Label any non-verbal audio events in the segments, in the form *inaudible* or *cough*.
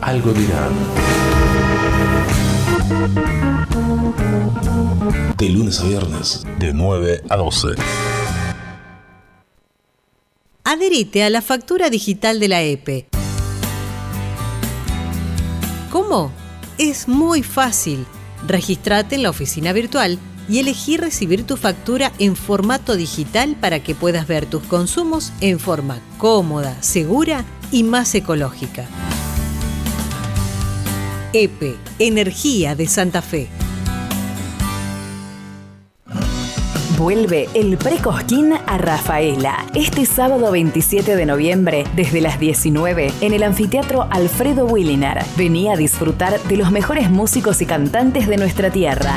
Algo dirán. De lunes a viernes, de 9 a 12. Adherite a la factura digital de la E EPE. ¿Cómo? Es muy fácil. Registrate en la oficina virtual y elegí recibir tu factura en formato digital para que puedas ver tus consumos en forma cómoda, segura y más ecológica. EPE, Energía de Santa Fe. Vuelve el Precosquín a Rafaela este sábado 27 de noviembre desde las 19 en el anfiteatro Alfredo Willinar. Vení a disfrutar de los mejores músicos y cantantes de nuestra tierra.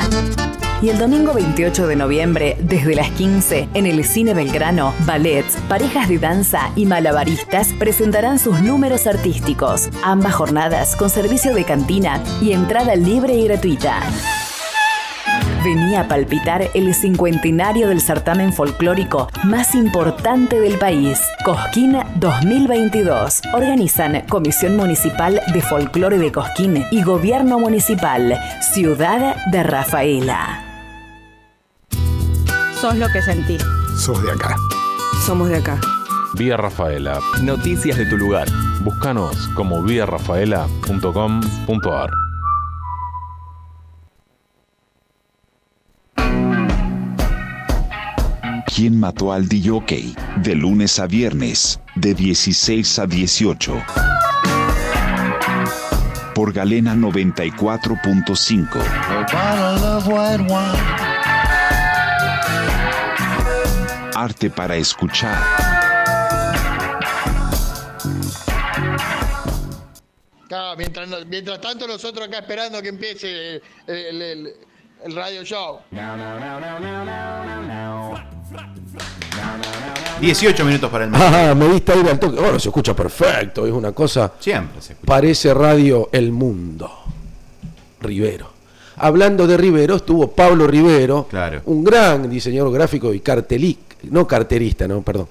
Y el domingo 28 de noviembre, desde las 15, en el Cine Belgrano, ballets, parejas de danza y malabaristas presentarán sus números artísticos. Ambas jornadas con servicio de cantina y entrada libre y gratuita. Venía a palpitar el cincuentenario del certamen folclórico más importante del país, Cosquín 2022. Organizan Comisión Municipal de Folclore de Cosquín y Gobierno Municipal, Ciudad de Rafaela. Sos lo que sentís. Sos de acá. Somos de acá. Vía Rafaela. Noticias de tu lugar. Búscanos como viarafaela.com.ar. ¿Quién mató al DJ? De lunes a viernes, de 16 a 18. Por Galena 94.5. Arte para escuchar. Claro, mientras, nos- mientras tanto nosotros acá esperando que empiece el, el- el- el radio show. 18 minutos *laughs* para el mar. Ah, me diste ir al toque. Bueno, se escucha perfecto, es una cosa. Siempre se escucha. Parece radio El Mundo. Rivero. Hablando de Rivero, estuvo Pablo Rivero, un gran diseñador gráfico y cartelí, no carterista, no, perdón,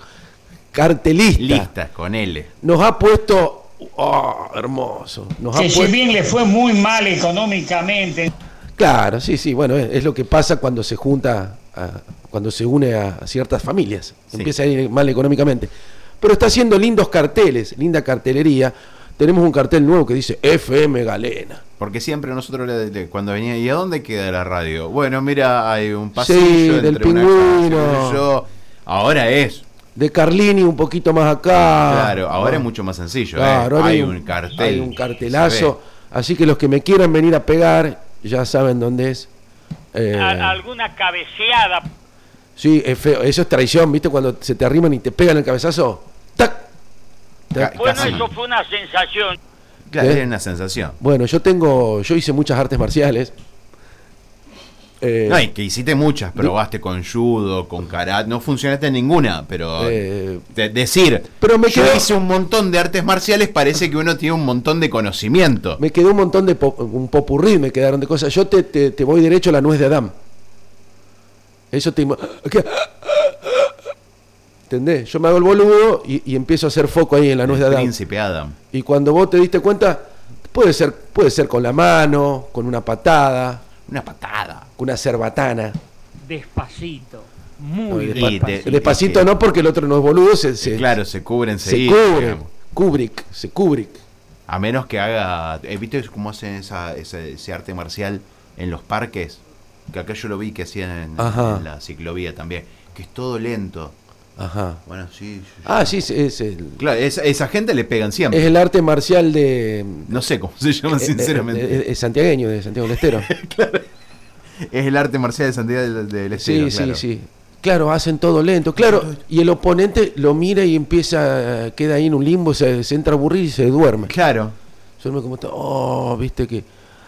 cartelista. Listas con L. Nos ha puesto, oh, hermoso. Nos ha Que si puesto- bien le fue muy mal económicamente, Claro, sí, sí, bueno, es, es lo que pasa cuando se junta, a- cuando se une a, a ciertas familias. Empieza a ir mal económicamente. Pero está haciendo lindos carteles, linda cartelería. Tenemos un cartel nuevo que dice FM Galena. Porque siempre nosotros le- le- cuando venía, ¿y a dónde queda la radio? Bueno, mira, hay un pasillo Sí, entre del una casa y pingüino. yo. Ahora es. De Carlini un poquito más acá. claro, ahora Ah. es mucho más sencillo. Claro, eh. ahora Hay un cartel. hay un cartelazo. Se Así que los que me quieran venir a pegar, ya saben dónde es. Eh, A- alguna cabeceada. sí, es feo. Eso es traición, ¿viste? Cuando se te arriman y te pegan el cabezazo. ¡Tac! Tac. Bueno, eso fue una sensación. ve. Claro, ¿Eh? era una sensación. Bueno, yo tengo, yo hice muchas artes marciales. Eh, No, y que hiciste muchas, probaste con judo, con karate, no funcionaste en ninguna, pero de- decir, Eh. pero me yo quedó- hice un montón de artes marciales, parece que uno tiene un montón de conocimiento. me quedó un montón de po- un popurrí, me quedaron de cosas. Yo te, te- te voy derecho a la nuez de Adán. Eso te. imo- ¿Qué? ¿Entendés? Yo me hago el boludo y, y empiezo a hacer foco ahí en la nuez de Adán. Príncipe Adam. Y cuando vos te diste cuenta, puede ser, puede ser con la mano, con una patada. Una patada. Con una cerbatana. Despacito. No, Muy y bien. despa- despacito no, porque el otro no es boludo, se, se- Claro, se cubre se enseguida. cubre. digamos. Kubrick, se Kubrick. A menos que haga. eh, ¿Viste cómo hacen esa, esa- ese arte marcial en los parques? Que acá yo lo vi que hacían en, Ajá. en la ciclovía también. Que es todo lento. Ajá. Bueno, sí. sí, sí. Ah, sí, sí, es el, Claro, esa, esa gente le pegan siempre. es el arte marcial de. No sé cómo se *laughs* llama, eh, eh, sinceramente. eh, eh, santiagueño, de Santiago del *laughs* Estero. Es el arte marcial de Santiago del, del Estero. sí, sí, sí. Claro, hacen todo lento. Claro, y el oponente lo mira y empieza, queda ahí en un limbo, se, se entra a aburrir y se duerme. Claro. Se duerme como, oh, viste que.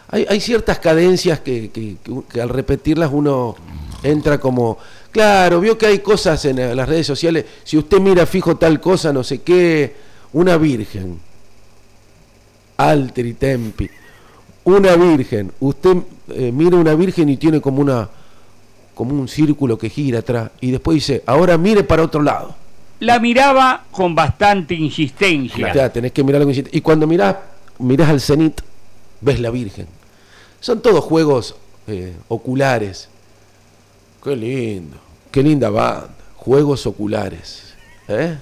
Hay, hay ciertas cadencias que, que- que- que al repetirlas uno entra como. Claro, vio que hay cosas en eh, las redes sociales. Si usted mira fijo tal cosa, no sé qué, una virgen. Altri tempi. Una virgen. Usted eh, mira una virgen y tiene como una como un círculo que gira atrás y después dice, ahora mire para otro lado. La miraba con bastante insistencia. O sea, tenés que mirar lo que hiciste. Y cuando mirás mirás al cenit, ves la Virgen. Son todos juegos eh, oculares. Qué lindo, qué linda banda. Juegos oculares. ¿eh?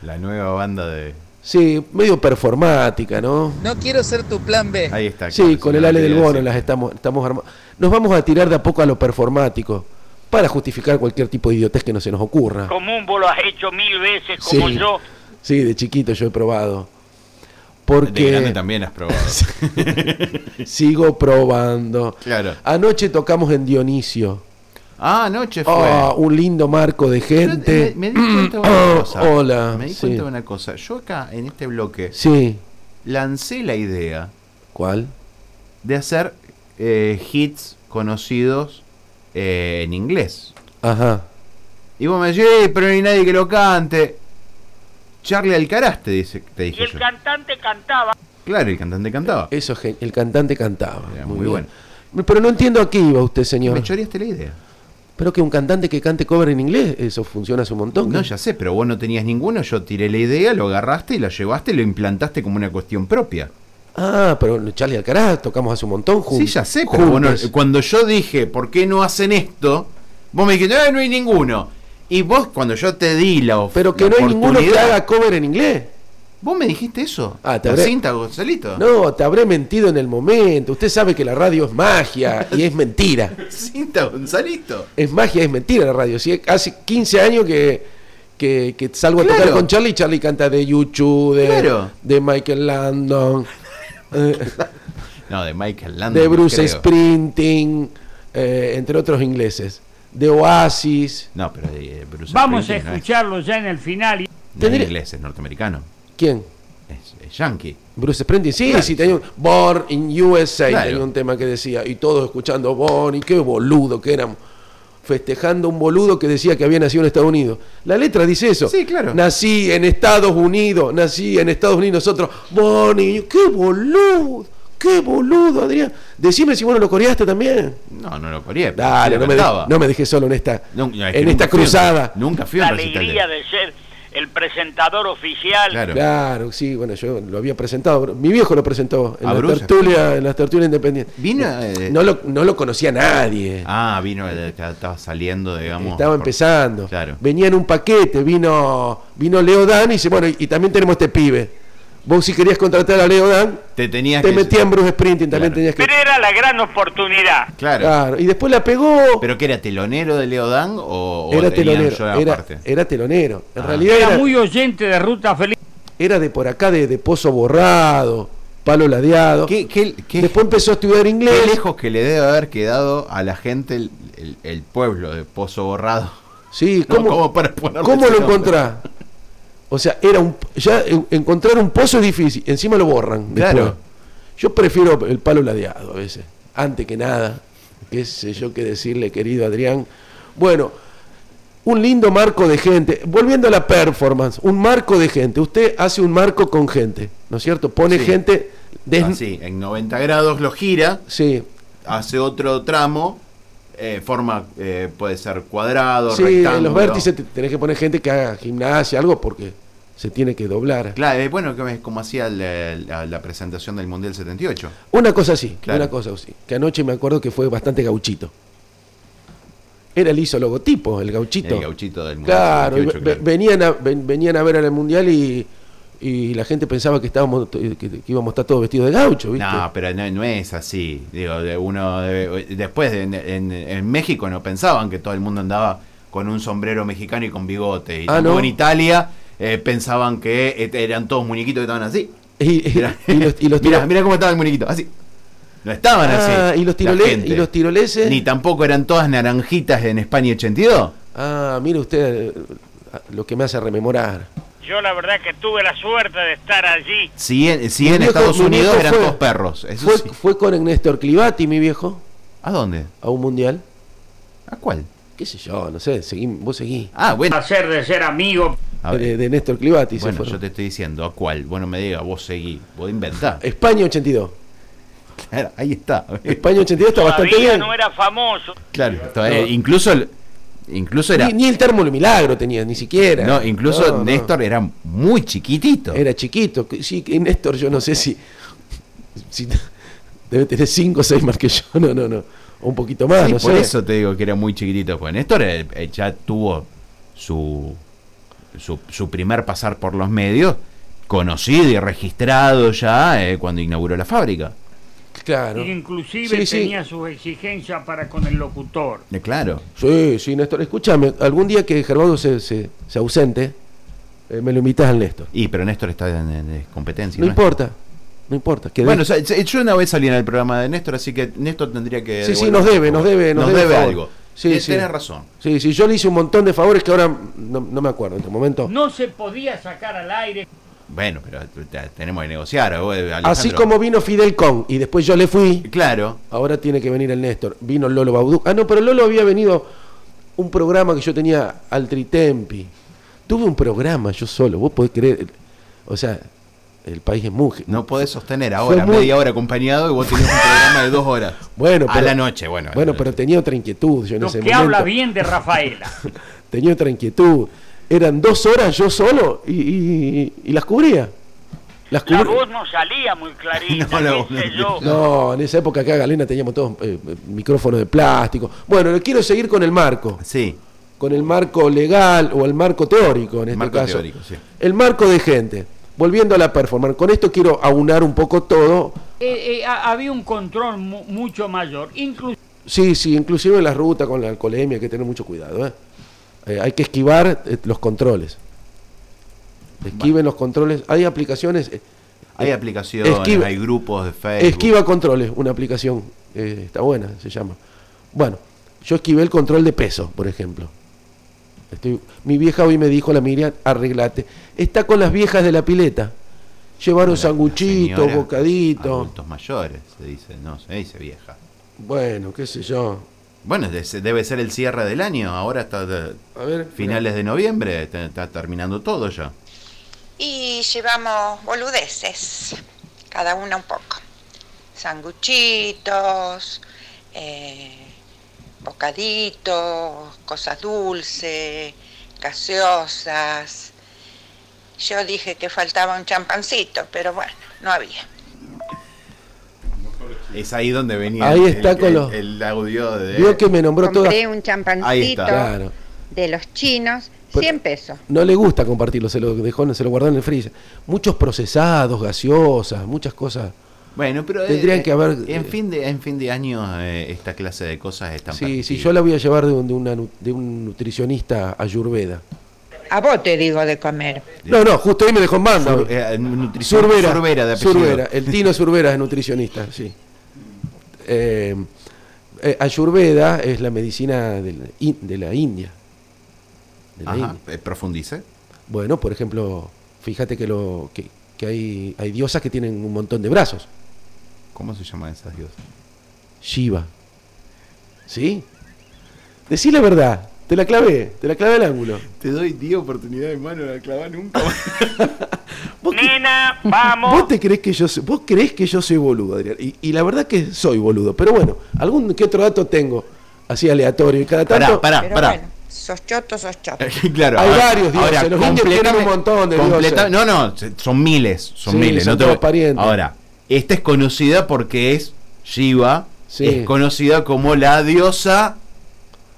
La nueva banda de. Sí, medio performática, ¿no? No quiero ser tu plan B. Ahí está. Eh. Sí, con el Ale del Bono las estamos, estamos armando. Nos vamos a tirar de a poco a lo performático para justificar cualquier tipo de idiotez que no se nos ocurra. Común, vos lo has hecho mil veces como Sí. yo. Sí, de chiquito yo he probado. De grande Porque también has probado. *laughs* *laughs* sigo probando. Claro. Anoche tocamos en Dionisio. Ah, anoche fue. Ah, un lindo marco de Yo gente. Me, me di cuenta de una *clears throat* Ah, cosa. Hola. Me di sí. cuenta de una cosa. Yo acá, en este bloque, Sí. lancé la idea ¿Cuál? de hacer eh, hits conocidos eh, en inglés. Ajá. Y vos me decís, "Eh, pero no hay nadie que lo cante. Charlie Alcaraz te, dice, te Y dije el yo. cantante cantaba. Claro, el cantante cantaba. Eso es gen- el cantante cantaba. muy bien. bueno. Pero no entiendo a qué iba usted, señor. Me choreaste la idea. Pero que un cantante que cante cover en inglés, eso funciona hace un montón. No, ya sé, pero vos no tenías ninguno, yo tiré la idea, lo agarraste y la llevaste y lo implantaste como una cuestión propia. Ah, pero Charlie Alcaraz tocamos hace un montón Sí, juntos. ya sé, pero vos no- cuando yo dije, ¿por qué no hacen esto? Vos me dijiste, "Ah, no hay ninguno. Y vos, cuando yo te di la of- Pero que la no hay ninguno que oportunidad, haga cover en inglés. Vos me dijiste eso. Ah, te la habré- cinta, Gonzalito. No, te habré mentido en el momento. Usted sabe que la radio es magia y es mentira. Cinta, Gonzalito. Es magia, es mentira la radio. Sí, hace 15 años que, que- que salgo a Claro. tocar con Charlie. Charlie canta de YouTube, de, Claro. de Michael Landon, eh, No, de Michael Landon. de no Bruce creo. Sprinting, eh, entre otros ingleses. De Oasis. No, pero de Bruce Vamos a Springsteen no es- escucharlo ya en el final. y- No es Tendría- inglés, es norteamericano. ¿Quién? Es, es yankee. Bruce Springsteen, sí, Claro. sí, tenía un Born in USA, Claro. tenía un tema que decía, y todos escuchando Born, y qué boludo que éramos, festejando un boludo que decía que había nacido en Estados Unidos. La letra dice eso. Sí, claro. Nací en Estados Unidos, nací en Estados Unidos, nosotros, Born in qué boludo, qué boludo, Adrián. Decime si vos no lo coreaste también. No, no lo coreé. pero sí Dale, lo no me, de- cantaba. no me dejé solo en esta, No, no, es que en esta nunca fui a un- cruzada. Nunca fui a La un recital de- alegría de ser el presentador oficial. Claro. Claro, sí, bueno, yo lo había presentado, bro. mi viejo lo presentó en A la Bruce. tertulia, en las tertulias independientes. Vino, eh, no lo, no lo conocía nadie. Ah, vino, el que estaba saliendo, digamos. Estaba por- empezando. Claro. Venía en un paquete, vino, vino Leo Dan y dice, bueno, y, y también tenemos este pibe. Vos si querías contratar a Leo Dan, Te tenías te que. metían en Bruce Sprinting, también Claro. tenías que. Pero era la gran oportunidad. Claro. Claro, Y después la pegó. ¿Pero que era telonero de Leo Dan o, o era tenían telonero. yo Era, aparte? era telonero. En Ah. realidad Era era, muy oyente de Ruta Feliz. era de por acá, de, de pozo borrado, palo ladeado. ¿Qué, qué- qué- Después empezó a estudiar qué inglés. lejos que le debe haber quedado a la gente el, el- el pueblo de Pozo Borrado? Sí, No, ¿cómo, ¿cómo para ponerle cómo ese lo nombre? encontrás? O sea, era un ya en- encontrar un pozo es difícil, encima lo borran después. Claro. Yo prefiero el palo ladeado a veces, antes que nada, qué sé yo qué decirle, querido Adrián. Bueno, un lindo marco de gente. Volviendo a la performance, un marco de gente. Usted hace un marco con gente, ¿no es cierto? Pone Sí. Ah, gente des- Así, en 90 grados lo gira, Sí, hace otro tramo, eh, forma, eh, puede ser cuadrado, sí rectángulo. en los vértices te- tenés que poner gente que haga gimnasia, algo, porque se tiene que doblar. Claro, eh, bueno, que es como hacía la, la- la presentación del Mundial 78. Una cosa así, Claro. una cosa así. Que anoche me acuerdo que fue bastante gauchito. Era el hizo logotipo, el gauchito. El gauchito del Mundial claro, y ve- 78, claro. Venían, a, ven- venían a ver al mundial y, y la gente pensaba que estábamos que, que íbamos a estar todos vestidos de gaucho, ¿viste? No, pero no, no es así. Digo, de uno de- después en, en- en México no pensaban que todo el mundo andaba con un sombrero mexicano y con bigote. Y Ah, tampoco ¿no? en Italia eh, pensaban que eh, eran todos muñequitos que estaban así. *laughs* y, y- Mirá, y los, y los *laughs* mirá, tiro- mirá cómo estaba el muñequito, así. No estaban Ah, así. y los la tirole- gente. y los tiroleses. Ni tampoco eran todas naranjitas en España 82. Ah, mire usted eh, lo que me hace rememorar. Yo la verdad que tuve la suerte de estar allí. Si en, si Mi en viejo- Estados mi Unidos viejo eran fue- todos perros. Eso Fue, sí. fue con Néstor Clivati, mi viejo, ¿A dónde? a un mundial. ¿A cuál? ¿Qué sé yo? No sé, seguí, vos seguí. Ah, bueno. Hacer de ser amigo. A ver. De, de Néstor Clivati se Bueno, fueron. yo te estoy diciendo, ¿a cuál? Bueno, me diga, vos seguí, vos inventá. España 82. Claro, ahí está. España 82 está bastante Todavía bien. no era famoso. *laughs* Claro, eh, incluso, el- incluso era, Ni, ni el termo de milagro tenía, ni siquiera. no, incluso No, no. Néstor era muy chiquitito. Era chiquito. que- Sí, que Néstor, yo no sé si si- debe tener 5 o 6 más que yo. No, no, no. O un poquito más, Sí, no por sé. eso te digo que era muy chiquitito. Pues Néstor eh, eh, ya tuvo su, su, su primer pasar por los medios, conocido y registrado ya eh, cuando inauguró la fábrica. Claro. Y inclusive Sí, sí. tenía sus exigencias para con el locutor. Eh, Claro. Sí, sí, Néstor. Escúchame, algún día que Gerardo se, se- se ausente, eh, me lo invitas al Néstor. Y pero Néstor está en, en competencia. no ¿no? importa, no importa. que Bueno, de- o sea, yo una vez salí en el programa de Néstor, así que Néstor tendría que. sí, sí, devolver nos un debe, poco. nos debe, nos, debe, debe favor. algo. Sí, Tien- sí. Tenés razón. Sí, sí, yo le hice un montón de favores que ahora no, no me acuerdo en este momento. No se podía sacar al aire. Bueno, pero te- tenemos que negociar. eh, Alejandro. Así como vino Fidel Con y después yo le fui, Claro. ahora tiene que venir el Néstor. Vino Lolo Bauduc. Ah, no, pero Lolo había venido un programa que yo tenía al Tritempi. Tuve un programa yo solo, vos podés creer. O sea, el país es muy... No podés sostener ahora muy- media hora acompañado y vos tenés un programa de dos horas. *laughs* Bueno, A pero- la noche, bueno. eh, Bueno, pero tenía otra inquietud yo en Los ese que momento. habla bien de Rafaela. Tenía otra inquietud. Eran dos horas yo solo y, y- y las cubría. Las *laughs* La cubría. voz no salía muy clarita, *laughs* No, la voz qué no sé yo. No, en esa época acá Galena teníamos todos eh, eh, micrófonos de plástico. Bueno, le quiero seguir con el marco, Sí, con el marco legal o el marco teórico en este marco caso. teórico, sí. El marco de gente. Volviendo a la performance, con esto quiero aunar un poco todo. Eh, eh, ha- había un control mu- mucho mayor. Incluso Sí, sí, inclusive en las rutas con la alcoholemia hay que tener mucho cuidado. ¿eh? Eh, hay que esquivar eh, los controles. Esquiven los controles. Hay aplicaciones. eh, Hay eh, aplicaciones, esquiva- hay grupos de Facebook. Esquiva controles, una aplicación. eh, está buena, se llama. Bueno, yo esquivé el control de peso, por ejemplo. Estoy- mi vieja hoy me dijo, la Miriam, arreglate. Está con las viejas de la pileta. Llevaron sanguchitos, Señora, bocaditos. Adultos mayores, se dice, no, se dice vieja. Bueno, qué sé yo. Bueno, de- debe ser el cierre del año, ahora está de- A ver, finales de noviembre, está, está terminando todo ya. Y llevamos boludeces, cada una un poco. Sanguchitos, eh, bocaditos, cosas dulces, gaseosas. Yo dije que faltaba un champancito, pero bueno, no había. Es ahí donde venía Ahí el- está el, con el- los- el audio de... Vio que me nombró todas. Compré un Ahí está. champancito Claro. de los chinos, Pero- 100 pesos. No le gusta compartirlo, se lo dejó, se lo guardó en el freezer. Muchos procesados, gaseosas, muchas cosas. Bueno, pero... eh, Tendrían que haber- eh, En fin de, en fin de año eh, esta clase de cosas están... Sí, sí, yo la voy a llevar de un, de una nu- de un nutricionista ayurveda. A vos te digo de comer. No, no, justo ahí me dejó en banda. Sur- eh, nutrición- Surbera, Sorbera de apellido. Surbera, el Tino Surbera es nutricionista, sí. Eh, eh, Ayurveda es la medicina de la, in- de la India. De la Ajá, India. eh, profundice. Bueno, por ejemplo, fíjate que, lo, que, que hay, hay diosas que tienen un montón de brazos. ¿Cómo se llaman esas diosas? Shiva. ¿Sí? Decí la verdad, te la clavé, te la clavé al ángulo. Te doy 10 oportunidades, hermano, no la clavás nunca. ¿Vos qué- Nena, ¿Vos vamos. te crees que yo soy, vos creés que yo soy boludo, Adrián? Y, y la verdad que soy boludo, pero bueno, algún que otro dato tengo, así aleatorio, y cada pará, tanto pará, Pero pará. Eh, bueno, sos choto, sos *laughs* choto. claro, hay ahora- varios dioses, ahora, los indios tienen completame- un montón de completa- dioses. No, no, se- son miles, son Sí, miles. son no te todos voy- parientes. Ahora, esta es conocida porque es Shiva, Sí. es conocida como la diosa.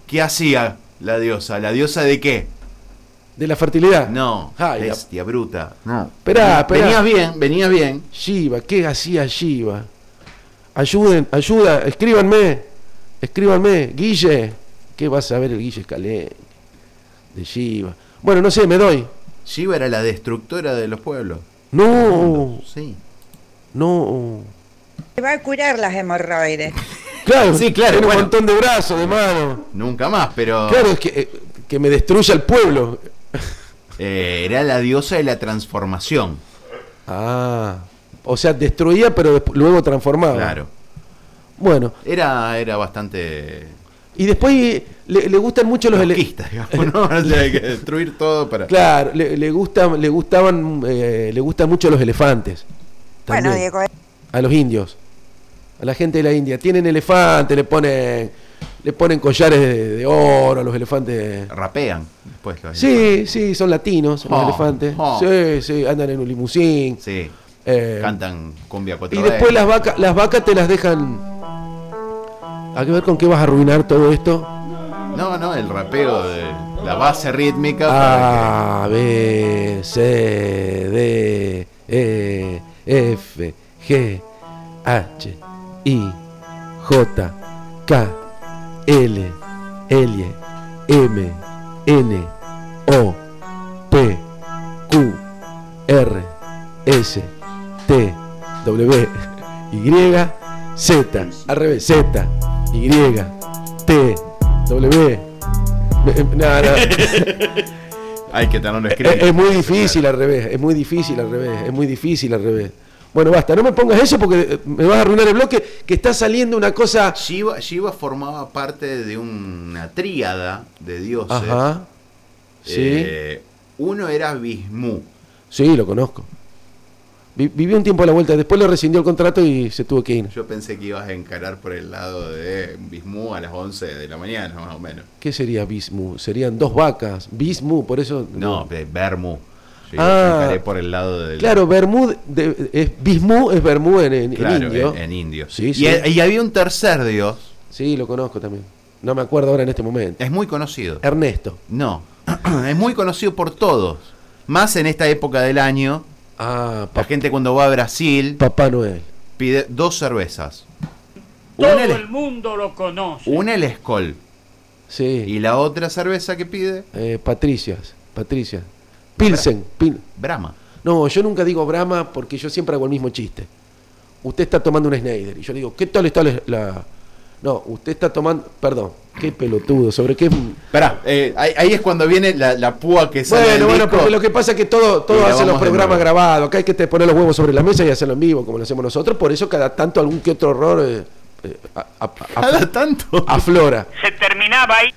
¿Qué hacía la diosa? ¿La diosa de qué? de la fertilidad. No, Ay, Ah, la- bestia bruta. No. Esperá, esperá. Venías bien, venías bien. Shiva, ¿qué hacía Shiva? Ayuden, ayuda, escríbanme, escríbanme, Guille, ¿qué vas a ver el Guille Escalé de Shiva? Bueno, no sé, me doy. Shiva era la destructora de los pueblos. No, Sí. no. Te va a curar las hemorroides. Claro, Sí, claro, tiene bueno. Ah. un montón de brazos, de manos. Nunca más, pero Claro, es que, eh, que me destruya el pueblo. eh, era la diosa de la transformación. Ah, o sea, destruía, pero despu- luego transformaba. Claro. Bueno, Era, era bastante y después eh, le, le gustan mucho los ele- loquista, digamos, *laughs* ¿no? O sea, hay que destruir todo para. Claro, le, le gustan, le gustaban, eh, le gustan mucho los elefantes. Bueno, También, Diego, eh. A los indios, a la gente de la India. Tienen elefantes, le ponen, le ponen collares de, de oro a los elefantes. Rapean después. los- Sí, sí, son latinos, son Oh, los elefantes. oh. Sí, sí, andan en un limusín. Sí. Eh, Cantan cumbia y cuatro después las vacas, las vacas te las dejan. Hay que ver con qué vas a arruinar todo esto. No, no, el rapeo de la base rítmica. A, B, C, D, E, F, G, H, I, J, K, L, L, M, N, O, P, Q, R, S, T, W, Y, Z, al revés, Z, Y, T, W. Eh, nada, nada. Hay que tenerlo escrito. Es, es muy difícil al revés, es muy difícil al revés, es muy Ah. difícil al revés. Bueno, basta, no me pongas eso porque eh, me vas a arruinar el bloque, que está saliendo una cosa... Shiva, Shiva formaba parte de una tríada de dioses. Ajá. Sí. Eh, uno era Vishnu. Sí, lo conozco. Vi- viví un tiempo a la vuelta, después le rescindió el contrato y se tuvo que ir. Yo pensé que ibas a encarar por el lado de Vishnu a las 11 de la mañana, más o menos. ¿Qué sería Bismu? Serían dos vacas. Bismu, por eso... No, de Bermu. Yo Ah. encaré por el lado del. Claro, Bermud de- es, Bismu es Bermud en, en- en Claro, indio. en- en indio. Sí, Y- sí. y había un tercer dios. Sí, lo conozco también. No me acuerdo ahora en este momento. Es muy conocido. Ernesto. No, *clears throat* es muy conocido por todos. Más en esta época del año. Ah, la gente cuando va a Brasil Papá Noel. pide dos cervezas. Todo Una, el, el mundo lo conoce. una el Skol. Sí. Y la otra cerveza que pide, Eh, Patricias, Patricia. Pilsen, Pil- Brahma. No, yo nunca digo Brahma porque yo siempre hago el mismo chiste. Usted está tomando un Snyder y yo le digo, ¿qué tal está la- la.? No, usted está tomando. Perdón, qué pelotudo, ¿sobre qué.? Pará, eh, ahí, ahí es cuando viene la, la púa que sale. Bueno, del bueno, disco. porque lo que pasa es que todo, Y todo la hacen los vamos de programas nuevo. grabados. Acá hay que te poner los huevos sobre la mesa y hacerlo en vivo, como lo hacemos nosotros. Por eso, cada tanto, algún que otro horror eh, eh, a- a- *laughs* a- Cada tanto. aflora. Se terminaba ahí.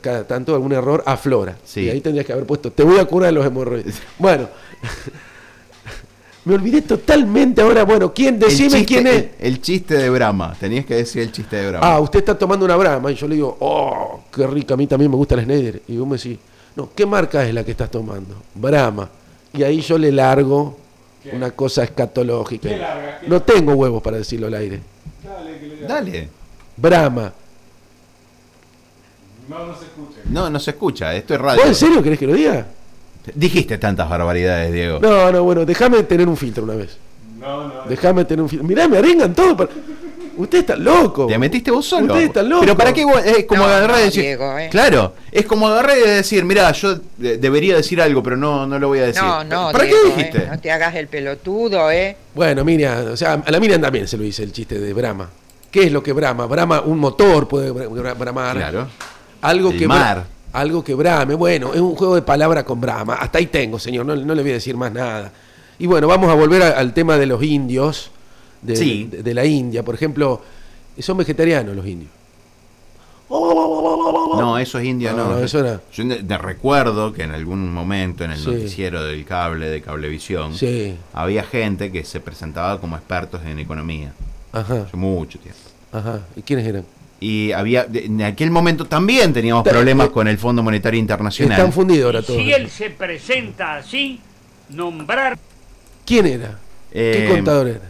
cada tanto algún error aflora. Sí. Y ahí tendrías que haber puesto, te voy a curar de los hemorroides. Bueno, *laughs* me olvidé totalmente ahora. Bueno, ¿quién? El Decime chiste- quién es. El, el chiste de Brahma. Tenías que decir el chiste de Brahma. Ah, usted está tomando una brama. Y yo le digo, oh, qué rica, a mí también me gusta la Snyder. Y vos me decís, no, ¿qué marca es la que estás tomando? Brahma. Y ahí yo le largo una cosa escatológica. No tengo huevos para decirlo al aire. Dale. Brahma. No, no se escucha. Esto es radio. ¿Vos en serio querés que lo diga? Dijiste tantas barbaridades, Diego. No, no, bueno, déjame tener un filtro una vez. Déjame tener un filtro. Mirá, me arengan todo. para- Usted está loco. Te metiste vos solo. Ustedes están locos. Pero para qué vos- es como No, agarrar y no, decir. Diego, eh. Claro, es como agarrar y decir, mira, yo de- debería decir algo, pero no, no lo voy a decir. No, no, ¿Para Diego, qué dijiste? eh, no te hagas el pelotudo, ¿eh? Bueno, Miriam, o sea, a la Miriam también se lo dice el chiste de Brahma. ¿Qué es lo que Brahma? Brahma, un motor puede bra- bra- bramar. Claro. Algo El que mar. bra- algo que brame. Bueno, es un juego de palabras con Brahma. Hasta ahí tengo, señor. No, no le voy a decir más nada. Y bueno, vamos a volver a- al tema de los indios. De, Sí. de- de la India, por ejemplo. Son vegetarianos los indios. No, eso es India, No, no. no, eso era- Yo ne- te recuerdo que en algún momento en el Sí. noticiero del cable, de Cablevisión, Sí. había gente que se presentaba como expertos en economía. Ajá, Hace mucho tiempo. ajá. ¿Y quiénes eran? Y había, de- en aquel momento también teníamos Ta- problemas eh, con el Fondo Monetario Están Internacional. fundidos ahora todos. Si él se presenta así, nombrar ¿Quién era? ¿Qué Eh, contador era?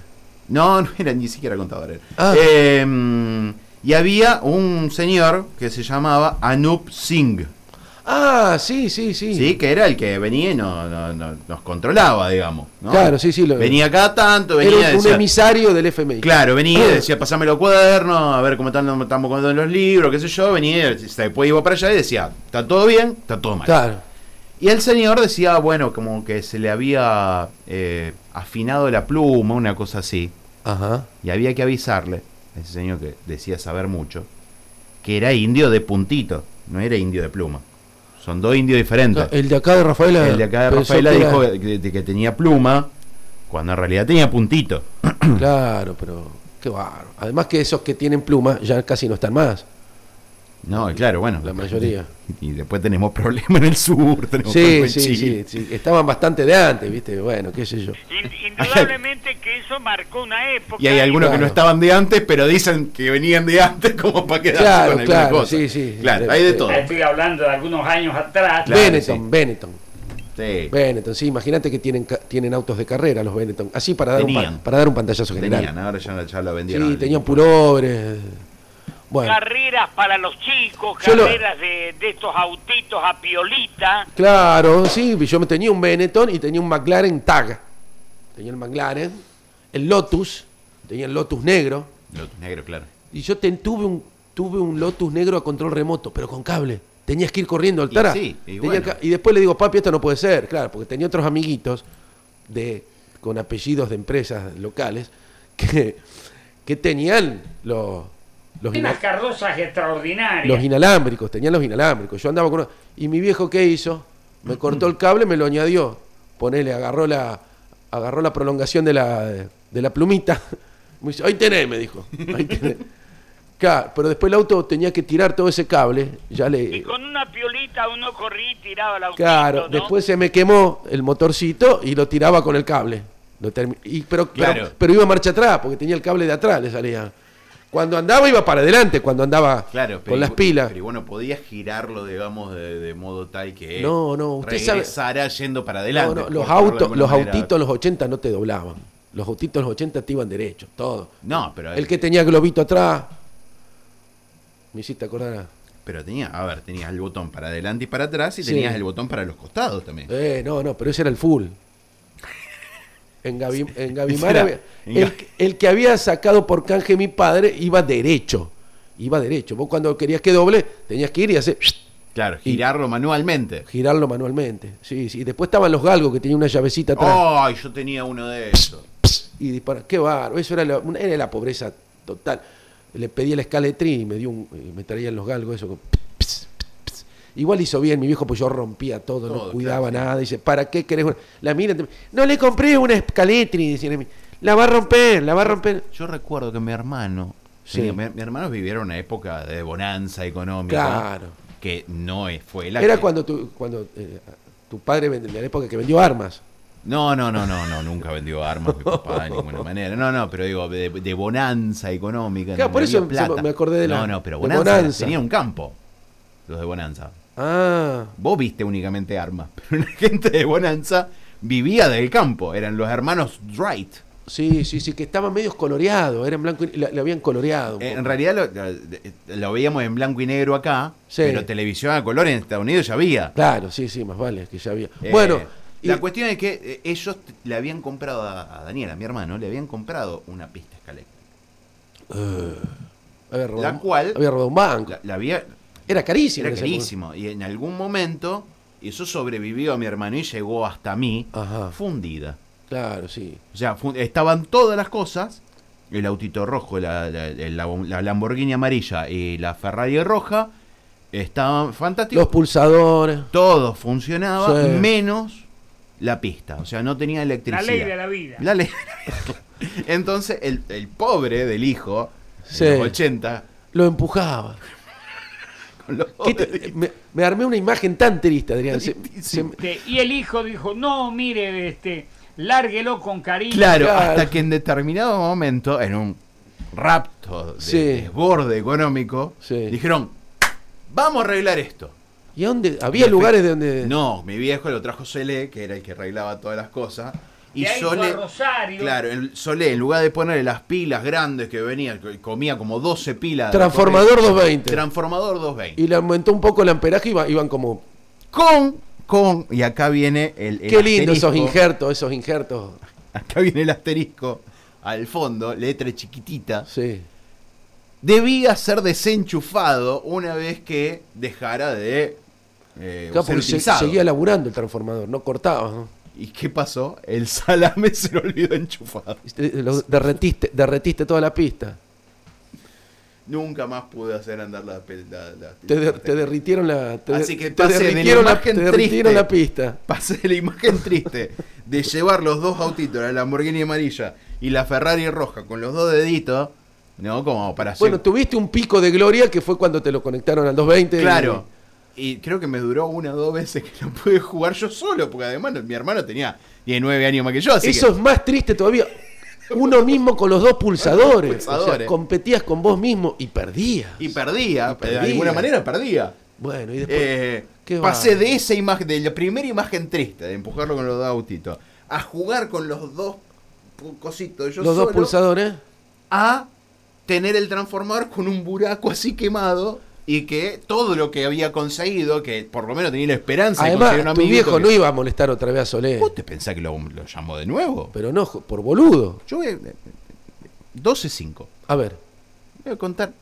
No, no era ni siquiera contador. era. Ah. Eh, y había un señor que se llamaba Anup Singh, Ah, sí, sí, sí. ¿sí? que era el que venía y no- no- no- nos controlaba, digamos. ¿no? Claro, sí, sí. Lo, Venía acá tanto, venía era un, un decía- emisario del FMI. Claro, venía, Ah. decía, pasame los cuadernos, a ver cómo están, estamos contando los libros, qué sé yo, venía, se- después iba para allá y decía, está todo bien, está todo mal. Claro. Y el señor decía, bueno, como que se le había eh, afinado la pluma, una cosa así. Ajá. Y había que avisarle, a ese señor que decía saber mucho, que era indio de puntito, no era indio de pluma. Son dos indios diferentes. El de acá de Rafaela. El de acá de pensó Rafaela que era- dijo que, que- que tenía pluma, cuando en realidad tenía puntito. *coughs* Claro, pero qué bárbaro. Además que esos que tienen plumas ya casi no están más. No, y claro, bueno. La mayoría. Y después tenemos problemas en el sur, tenemos Sí, problemas en sí, sí, Chile. sí. Estaban bastante de antes, ¿viste? Bueno, qué sé yo. in- *laughs* indudablemente que eso marcó una época. Y hay algunos que Claro. no estaban de antes, pero dicen que venían de antes *laughs* como para quedarse Claro, con alguna claro, cosa. sí, sí. Claro, De- hay de de- todo. Estoy hablando de algunos años atrás. Claro, Benetton, Benetton. Sí. Benetton, sí, imagínate que tienen, ca- tienen autos de carrera los Benetton. Así para dar, un, Tenían. pa- para dar un pantallazo general. Tenían, ahora ya, ya lo vendieron. sí, al- tenían pulobres. Bueno, Carreras para los chicos, Yo lo- carreras de, de estos autitos a piolita. claro, sí, yo me tenía un Benetton y tenía un McLaren Tag. Tenía el McLaren, el Lotus, tenía el Lotus negro. Lotus negro, claro. Y yo ten- tuve, un, tuve un Lotus negro a control remoto, pero con cable. Tenías que ir corriendo al Y Tara. sí, y Tenía bueno. ca- y después le digo, papi, esto no puede ser. Claro, porque tenía otros amiguitos de, con apellidos de empresas locales que, que tenían los, los, Unas ina- carrozas extraordinarias. los inalámbricos. Tenían los inalámbricos. Yo andaba con uno. ¿Y mi viejo qué hizo? Me cortó el cable, me lo añadió. Ponele, agarró la, agarró la prolongación de la, de la plumita. *laughs* Me dice, ahí tenés, me dijo. Ahí tenés. Claro, pero después el auto tenía que tirar todo ese cable. Ya le. Con una piolita uno corría y tiraba la Claro, después se me quemó el motorcito y lo tiraba con el cable. Lo termi- y- pero, pero- Claro. pero, iba marcha atrás, porque tenía el cable de atrás, le salía. Cuando andaba iba para adelante, cuando andaba Claro, pero con las y- pilas. Pero bueno, podías girarlo, digamos, de, de modo tal que No, no, usted sabe- regresara yendo para adelante. No, no, por los llamarlo de autos, alguna los manera. autitos en los 80 no te doblaban. Los autitos en los 80 te iban derecho, todo. No, pero El que tenía globito atrás. Me hiciste acordar. a- Pero tenía, a ver, tenías el botón para adelante y para atrás y Sí. tenías el botón para los costados también. Eh, no, no, pero ese era el full. En, Gavi- en Gavimar Ese era- había- en el, Ga- el que había sacado por canje mi padre iba derecho. Iba derecho. Vos cuando querías que doble, tenías que ir y hacer Claro, girarlo manualmente. girarlo manualmente. Sí, sí. Y después estaban los galgos que tenían una llavecita atrás. ¡Ay! yo tenía uno de esos. y disparar. Qué barro, eso era la, una- era la pobreza total. Le pedí la escala de tri y me, dio un- y me traían los galgos, eso. con ps, ps. Igual hizo bien mi viejo, pues yo rompía todo, Todo, no cuidaba nada. Dice, ¿para qué querés una? La mira, te- no le compré una escaletri, decían a mí. La va a romper, la va a romper. Yo recuerdo que mi hermano. Sí. tenía- mi, mi hermano viviera una época de bonanza económica. Claro. Que no es- fue la Era que- cuando tu, cuando eh, tu padre, vend- en la época que vendió armas. No, no, no, no, no, nunca vendió armas mi papá de ninguna manera. No, no, pero digo, de, de bonanza económica. Claro, no por había eso plata. se- me acordé de la- No, no, pero de bonanza, Bonanza. tenía un campo. Los de bonanza. Ah, Vos viste únicamente armas, *laughs* pero la gente de bonanza vivía del campo. Eran los hermanos Wright. sí, sí, sí, que estaban medios coloreados, eran blanco y la, la habían coloreado. un Eh, En poco. realidad lo, lo veíamos en blanco y negro acá, Sí. pero televisión a color en Estados Unidos ya había. Claro, sí, sí, más vale, que ya había. Eh, bueno, la y- cuestión es que eh, ellos t- le habían comprado a, a Daniel, a mi hermano, le habían comprado una pista escaléctrica. Eh. Había robado, La un- cual- había robado un banco. La, la había, era carísimo. era en ese carísimo. Y en algún momento, eso sobrevivió a mi hermano y llegó hasta mí, Ajá. fundida. momento. Claro, sí. O sea, fu- estaban todas las cosas. El autito rojo, la, la- la- la Lamborghini amarilla y la Ferrari roja estaban fantásticos. Los pulsadores. Todo funcionaba Sí. menos la pista. O sea, no tenía La electricidad. ley de la vida. La ley. Entonces, el, el pobre del hijo, Sí. en los 80, Lo empujaba. con los ¿Qué ojos te- de- me, me armé una imagen tan triste, Adrián. Se- se- Tristísimo. Este, y el hijo dijo, no, mire, este, lárguelo con cariño. Claro, *laughs* Claro. hasta que en determinado momento, en un rapto de Sí. desborde económico, Sí. dijeron, vamos a arreglar esto. ¿Y a dónde? Había Y lugares de efect- donde. No, mi viejo lo trajo Solé, que era el que arreglaba todas las cosas. Y De ahí fue Solé. a Rosario. Claro, el Solé, en lugar de ponerle las pilas grandes que venía, que comía como 12 pilas. de Transformador corriente, 220. Transformador 220. Y le aumentó un poco el amperaje y iba- iban como. con, con, y acá viene el. el Qué lindo esos asterisco. injertos, esos injertos. *laughs* Acá viene el asterisco al fondo, letra chiquitita. Sí. Debía ser desenchufado una vez que dejara de. eh, Claro, ser porque se- utilizado. seguía laburando el transformador, no cortaba. ¿no? ¿Y qué pasó? El salame *laughs* se lo olvidó enchufado. Eh, lo derretiste, derretiste toda la pista. Nunca más pude hacer andar la pel- la- la- Te, der- te derritieron la. Te, Así que te pase de la derritieron la, imagen te derritieron triste. la pista. Pasé la imagen triste de llevar los dos autitos, la Lamborghini amarilla y la Ferrari roja, con los dos deditos, ¿no? Como para Bueno, hacer. tuviste un pico de gloria que fue cuando te lo conectaron al 220. y- Claro. Y creo que me duró una o dos veces que lo pude jugar yo solo, porque además mi hermano tenía 19 años más que yo, así Eso es más triste todavía. Uno mismo con los dos pulsadores. O sea, Pulsadores. competías con vos mismo y perdías. que. Y perdía, Y perdía. de alguna manera perdía. Bueno, y después. Eh, Qué Pasé bárbaro. de esa imagen, de la primera imagen triste, de empujarlo con los dos autitos, a jugar con los dos pu- cositos. Yo Los dos solo, pulsadores. A tener el transformador con un buraco así quemado y que todo lo que había conseguido, que por lo menos tenía la esperanza de conseguir un Además, tu amiguito viejo que- no iba a molestar otra vez a Solé. ¿Vos te pensás que lo, lo llamó de nuevo? Pero no, jo- por boludo. Yo eh, eh, 12.5. A ver, Voy a contar.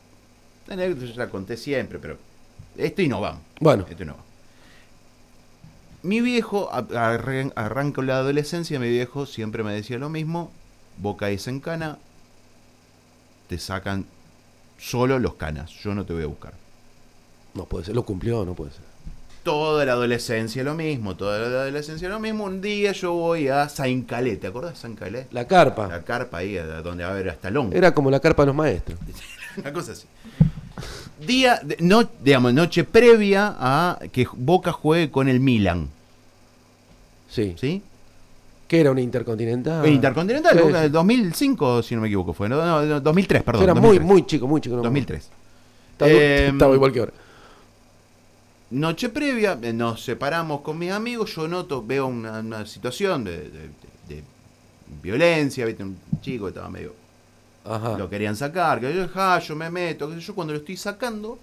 La anécdota yo la conté siempre, pero. Esto y no vamos. Bueno. Esto y Este no vamos. Mi viejo, a- arran- arranca la adolescencia, mi viejo siempre me decía lo mismo. Vos caes en cana, te sacan solo los canas. Yo no te voy a buscar. no puede ser. Lo cumplió, no puede ser. Toda la adolescencia lo mismo, toda la adolescencia lo mismo. Un día yo voy a San Calé, ¿te acordás de San Calé? La carpa. La carpa ahí, a- donde va a haber hasta longo. Era como la carpa de los maestros. Una cosa así. Día, de- no, digamos, noche previa a que Boca juegue con el Milan. Sí. ¿Sí? Que era un intercontinental. El Intercontinental, Ah. Sí, Boca sí. del 2003, si no me equivoco, fue. No, no, no, 2003, perdón. Era muy, 2003. muy chico, muy chico. no me acuerdo. 2003. Estaba, Eh, estaba igual que ahora. Noche previa, eh, nos separamos con mis amigos, yo noto, veo una, una situación de, de- de- de violencia, ¿viste? un chico que estaba medio... Ah. Lo querían sacar, que yo, ja, yo me meto, qué sé yo cuando lo estoy sacando,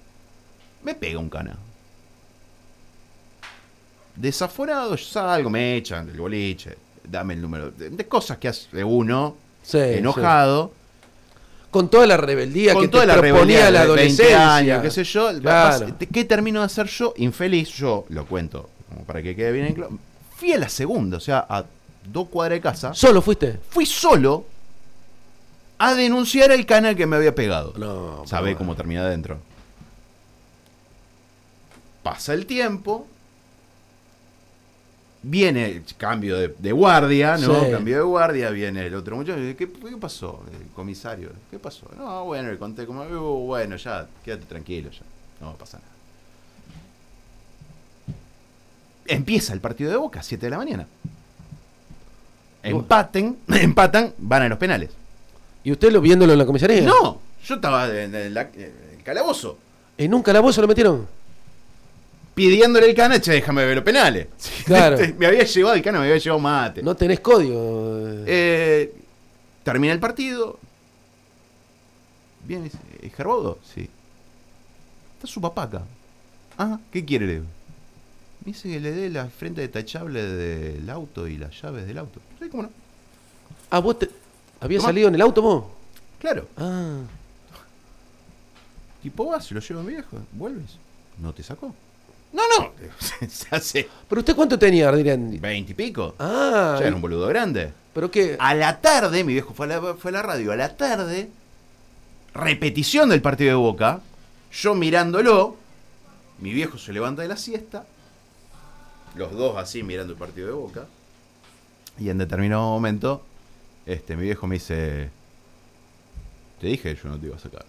me pega un cana. Desaforado, yo salgo, me echan del boliche, dame el número, de, de cosas que hace uno, Sí, enojado, Con toda la rebeldía con que toda te la proponía rebeldía la de 20 adolescencia. años, qué sé yo. Claro. Vas- ¿Qué termino de hacer yo? Infeliz, yo lo cuento, como para que quede bien en claro. Fui a la segunda, o sea, a dos cuadras de casa. ¿Solo fuiste? Fui solo a denunciar el canal que me había pegado. No. Sabe cómo termina adentro. Pasa el tiempo. Viene el cambio de, de guardia, ¿no? Sí. Cambio de guardia, viene el otro muchacho. ¿Qué, ¿Qué pasó? El comisario. ¿Qué pasó? No, bueno, le conté como, "Uh, bueno, ya, quédate tranquilo, ya. No pasa nada. Empieza el partido de Boca, 7 de la mañana. Empaten, *laughs* empatan, van a los penales. ¿Y usted lo viéndolo en la comisaría? No, yo estaba en el, la- en el calabozo. ¿En un calabozo lo metieron? pidiéndole el cana, che, déjame ver los penales. Claro. *laughs* me había llevado el cana, me había llevado mate. No tenés código. Eh, termina el partido. Viene, y dice, ¿es Gerbodo? Sí. Está su papá acá. Ah, ¿qué quiere? le digo? Me dice que le dé la frente detachable del auto y las llaves del auto. Sí, cómo no. Ah, vos te... ¿Habías Tomá. salido en el auto vos? Claro. Ah. Tipo va, se lo lleva mi viejo. ¿Vuelves? No te sacó. No, no. *laughs* se hace ¿Pero usted cuánto tenía, Ardirendi? veintipico. Ah. Ya era un Ah, boludo grande. ¿Pero qué? A la tarde, mi viejo fue a la, fue a la radio, a la tarde, repetición del partido de Boca, yo mirándolo, mi viejo se levanta de la siesta, los dos así mirando el partido de Boca, y en determinado momento, este, mi viejo me dice, te dije que yo no te iba a sacar.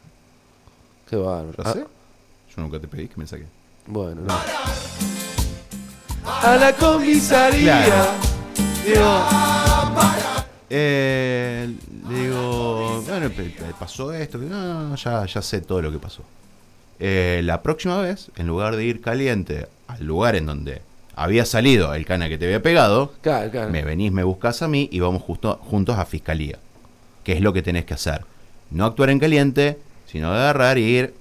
Qué bárbaro. Ya Ah, sé, yo nunca te pedí que me saques. Bueno, no. A la comisaría. Claro. Eh, le digo, bueno, pe- pe- pasó esto, que no, no, ya, ya sé todo lo que pasó. Eh, la próxima vez, en lugar de ir caliente al lugar en donde había salido el cana que te había pegado, Claro, claro. me venís, me buscas a mí y vamos justo, juntos a fiscalía. Que es lo que tenés que hacer. No actuar en caliente, sino agarrar y ir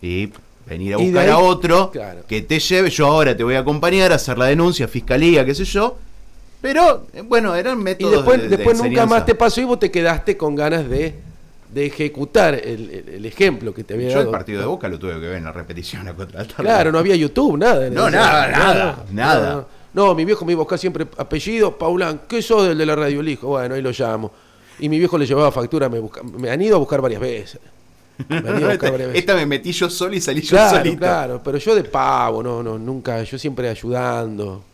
y venir a Y de buscar ahí- a otro claro. que te lleve. Yo ahora te voy a acompañar a hacer la denuncia, fiscalía, qué sé yo. Pero, eh, bueno, eran Y métodos después, de- de después nunca enseñanza. más te pasó y vos te quedaste con ganas de, de ejecutar el, el- el ejemplo que te había Yo el dado. partido de Boca lo tuve que ver en la repetición a contratar. *laughs* Claro, no había YouTube, nada. No, nada, nada, nada. No, no. No, mi viejo me iba a buscar siempre apellido, Paulán, ¿qué sos del de la radio? El hijo, bueno, ahí lo llamo. Y mi viejo le llevaba factura, me, busca- me han ido a buscar varias veces. Me han ido a buscar varias esta, *laughs* veces. esta me metí yo solo y salí yo Claro, solito. claro, pero yo de pavo, no, no, nunca, yo siempre ayudando,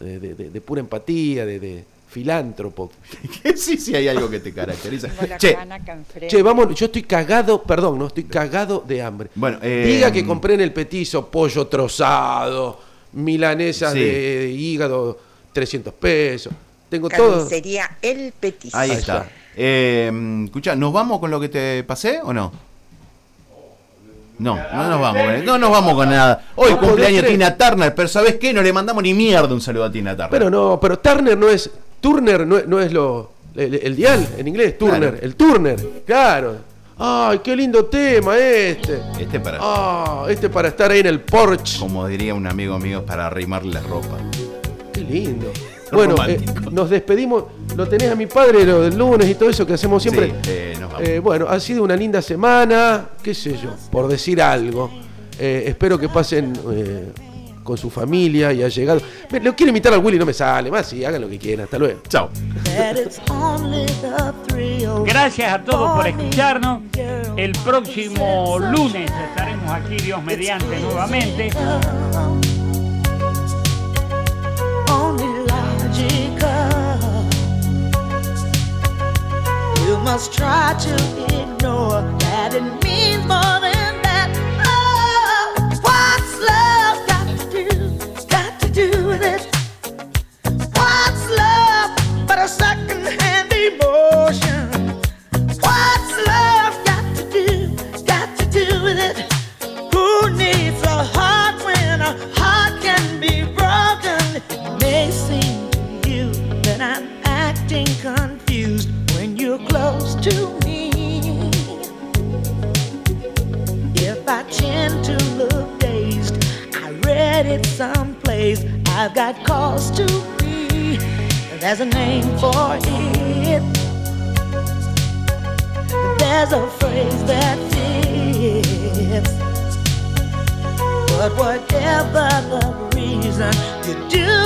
de, de- de- de pura empatía, de, de filántropo. *laughs* sí, sí, hay algo que te caracteriza. Con la Che, canaca enfrente. Che, vamos, yo estoy cagado, perdón, no, estoy cagado de hambre. bueno, eh, Diga que compré en el petizo pollo trozado, milanesas Sí. de, de hígado, 300 pesos. Tengo todo. Carnicería El Petis. Ahí está. está. Eh, escucha, ¿nos vamos con lo que te pasé o no? No, no nos vamos, eh. no nos vamos con nada. Hoy No podés cumpleaños creer. Tina Turner, pero ¿sabés qué? No le mandamos ni mierda un saludo a Tina Turner. Pero no, pero Turner no es. Turner no, es- no es lo. El, el dial en inglés, Turner. Claro. El Turner, claro. Ay, qué lindo tema este. Este para. Ah, este para estar ahí en el porch. Como diría un amigo mío, para arrimarle la ropa. *laughs* Qué lindo. Bueno, eh, nos despedimos. Lo tenés a mi padre lo del lunes y todo eso que hacemos siempre. Sí, eh, nos vamos. Eh, bueno, ha sido una linda semana, qué sé yo, por decir algo. Eh, espero que pasen eh, con su familia y ha llegado. Lo quiero imitar al Willy, no me sale más, sí, hagan lo que quieran, hasta luego. Chao. Gracias a todos por escucharnos. El próximo lunes estaremos aquí, Dios mediante, nuevamente. only logical. You must try to ignore that it means more than that. Oh, what's love got to do? Got to do with it. What's love but a second-hand emotion? What's love got to do? Got to do with it. Who needs a heart when a heart can be broken? It may seem to you that I'm acting confused when you're close to me. If I tend to look dazed, I read it someplace. I've got cause to be. There's a name for it. There's a phrase that fits. But whatever the reason, you do Oh,